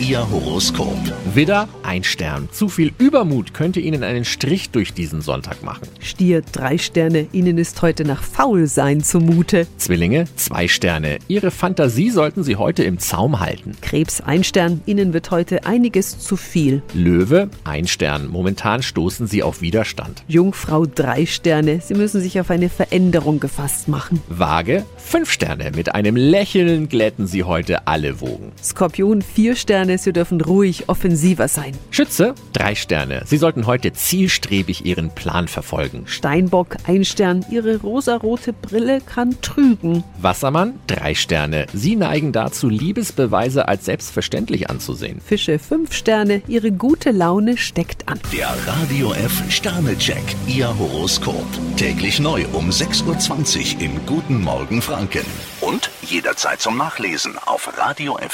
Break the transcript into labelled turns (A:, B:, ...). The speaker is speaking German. A: Ihr Horoskop.
B: Widder, ein Stern. Zu viel Übermut könnte Ihnen einen Strich durch diesen Sonntag machen.
C: Stier, drei Sterne, Ihnen ist heute nach Faulsein zumute.
B: Zwillinge, zwei Sterne. Ihre Fantasie sollten Sie heute im Zaum halten.
C: Krebs, ein Stern, Ihnen wird heute einiges zu viel.
B: Löwe, ein Stern. Momentan stoßen Sie auf Widerstand.
C: Jungfrau, drei Sterne, Sie müssen sich auf eine Veränderung gefasst machen.
B: Waage, fünf Sterne. Mit einem Lächeln glätten Sie heute alle Wogen.
C: Skorpion, vier Sterne, Sie dürfen ruhig offensiver sein.
B: Schütze, drei Sterne. Sie sollten heute zielstrebig Ihren Plan verfolgen.
C: Steinbock, ein Stern, Ihre rosarote Brille kann trügen.
B: Wassermann, drei Sterne. Sie neigen dazu, Liebesbeweise als selbstverständlich anzusehen.
C: Fische, fünf Sterne, Ihre gute Laune steckt an.
A: Der Radio F Sternecheck, Ihr Horoskop. Täglich neu um 6.20 Uhr im Guten Morgen Franken. Und jederzeit zum Nachlesen auf radiof.de.